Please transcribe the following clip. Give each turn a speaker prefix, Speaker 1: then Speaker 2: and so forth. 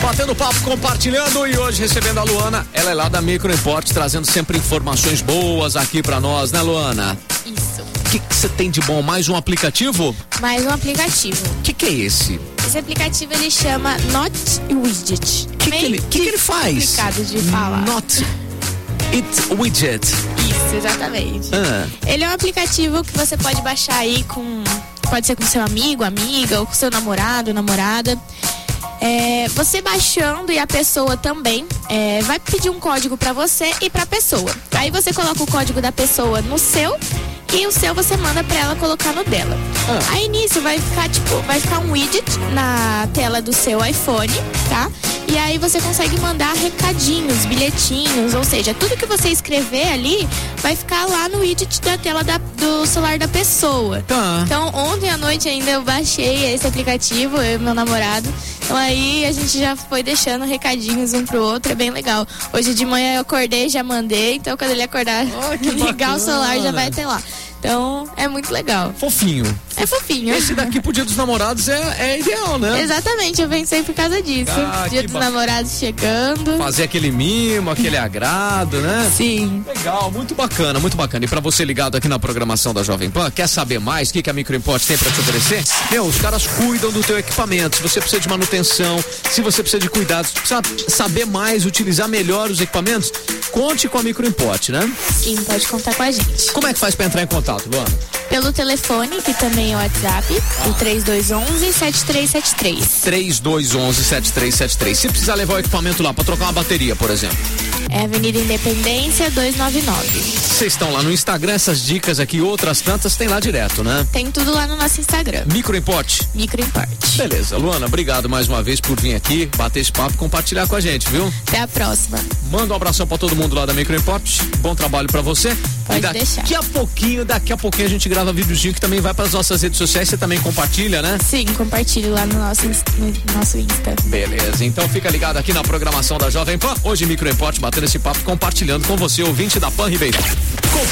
Speaker 1: batendo papo, compartilhando e hoje recebendo a Luana. Ela é lá da Micro Import, trazendo sempre informações boas aqui pra nós, né, Luana?
Speaker 2: Isso.
Speaker 1: O que você tem de bom? Mais um aplicativo?
Speaker 2: Mais um aplicativo.
Speaker 1: O que, que é esse?
Speaker 2: Esse aplicativo ele chama Not Widget.
Speaker 1: O que, que, ele, que, que ele faz?
Speaker 2: Complicado de falar.
Speaker 1: Not It Widget.
Speaker 2: Isso, exatamente.
Speaker 1: Ah,
Speaker 2: Ele é um aplicativo que você pode baixar aí com. Pode ser com seu amigo, amiga, ou com seu namorado, namorada. É, você baixando e a pessoa também é, vai pedir um código pra você e pra pessoa. Aí você coloca o código da pessoa no seu e o seu você manda pra ela colocar no dela.
Speaker 1: Ah.
Speaker 2: Aí nisso vai ficar tipo, vai ficar um widget na tela do seu iPhone, tá? E aí você consegue mandar recadinhos, bilhetinhos, ou seja, tudo que você escrever ali vai ficar lá no widget da tela da- do celular da pessoa.
Speaker 1: Tá.
Speaker 2: Então, ontem à noite ainda eu baixei esse aplicativo, eu e meu namorado. Então aí a gente já foi deixando recadinhos um pro outro, é bem legal. Hoje de manhã eu acordei, já mandei, então quando ele acordar,
Speaker 1: Oh, que
Speaker 2: ligar
Speaker 1: bacana.
Speaker 2: o celular já vai ter lá. Então, é muito legal.
Speaker 1: fofinho.
Speaker 2: É fofinho.
Speaker 1: Esse daqui pro Dia dos Namorados é, é ideal, né?
Speaker 2: Exatamente, eu pensei por causa disso.
Speaker 1: Ah,
Speaker 2: Dia
Speaker 1: que
Speaker 2: dos
Speaker 1: bacana.
Speaker 2: namorados chegando.
Speaker 1: Fazer aquele mimo, aquele agrado, né?
Speaker 3: Sim.
Speaker 1: Legal, muito bacana, muito bacana. E pra você ligado aqui na programação da Jovem Pan, quer saber mais? O que, que a Microimport tem pra te oferecer? Meu, os caras cuidam do teu equipamento. Se você precisa de manutenção, se você precisa de cuidados, precisa saber mais, utilizar melhor os equipamentos, conte com a Microimport, né?
Speaker 2: Sim, pode contar com a gente.
Speaker 1: Como é que faz pra entrar em contato, Luana?
Speaker 2: Pelo telefone, que também é o WhatsApp, o 3211-7373.
Speaker 1: 3211-7373. Se precisar levar o equipamento lá pra trocar uma bateria, por exemplo.
Speaker 2: É Avenida Independência 299.
Speaker 1: Vocês estão lá no Instagram, essas dicas aqui, outras tantas, tem lá direto, né?
Speaker 2: Tem tudo lá no nosso Instagram,
Speaker 1: Microimport.
Speaker 2: Microimport.
Speaker 1: Beleza, Luana, obrigado mais uma vez por vir aqui, bater esse papo, compartilhar com a gente, viu?
Speaker 2: Até a próxima.
Speaker 1: Manda um abração pra todo mundo lá da Microimport. Bom trabalho pra você.
Speaker 2: Pode
Speaker 1: e daqui
Speaker 2: deixar.
Speaker 1: a pouquinho, daqui a pouquinho a gente grava videozinho que também vai pras nossas redes sociais, você também compartilha, né?
Speaker 2: Sim, compartilhe lá no nosso, ins- no nosso Insta.
Speaker 1: Beleza, então fica ligado aqui na programação da Jovem Pan. Hoje Microimport batendo esse papo, compartilhando com você, ouvinte da Pan Ribeirão. Com-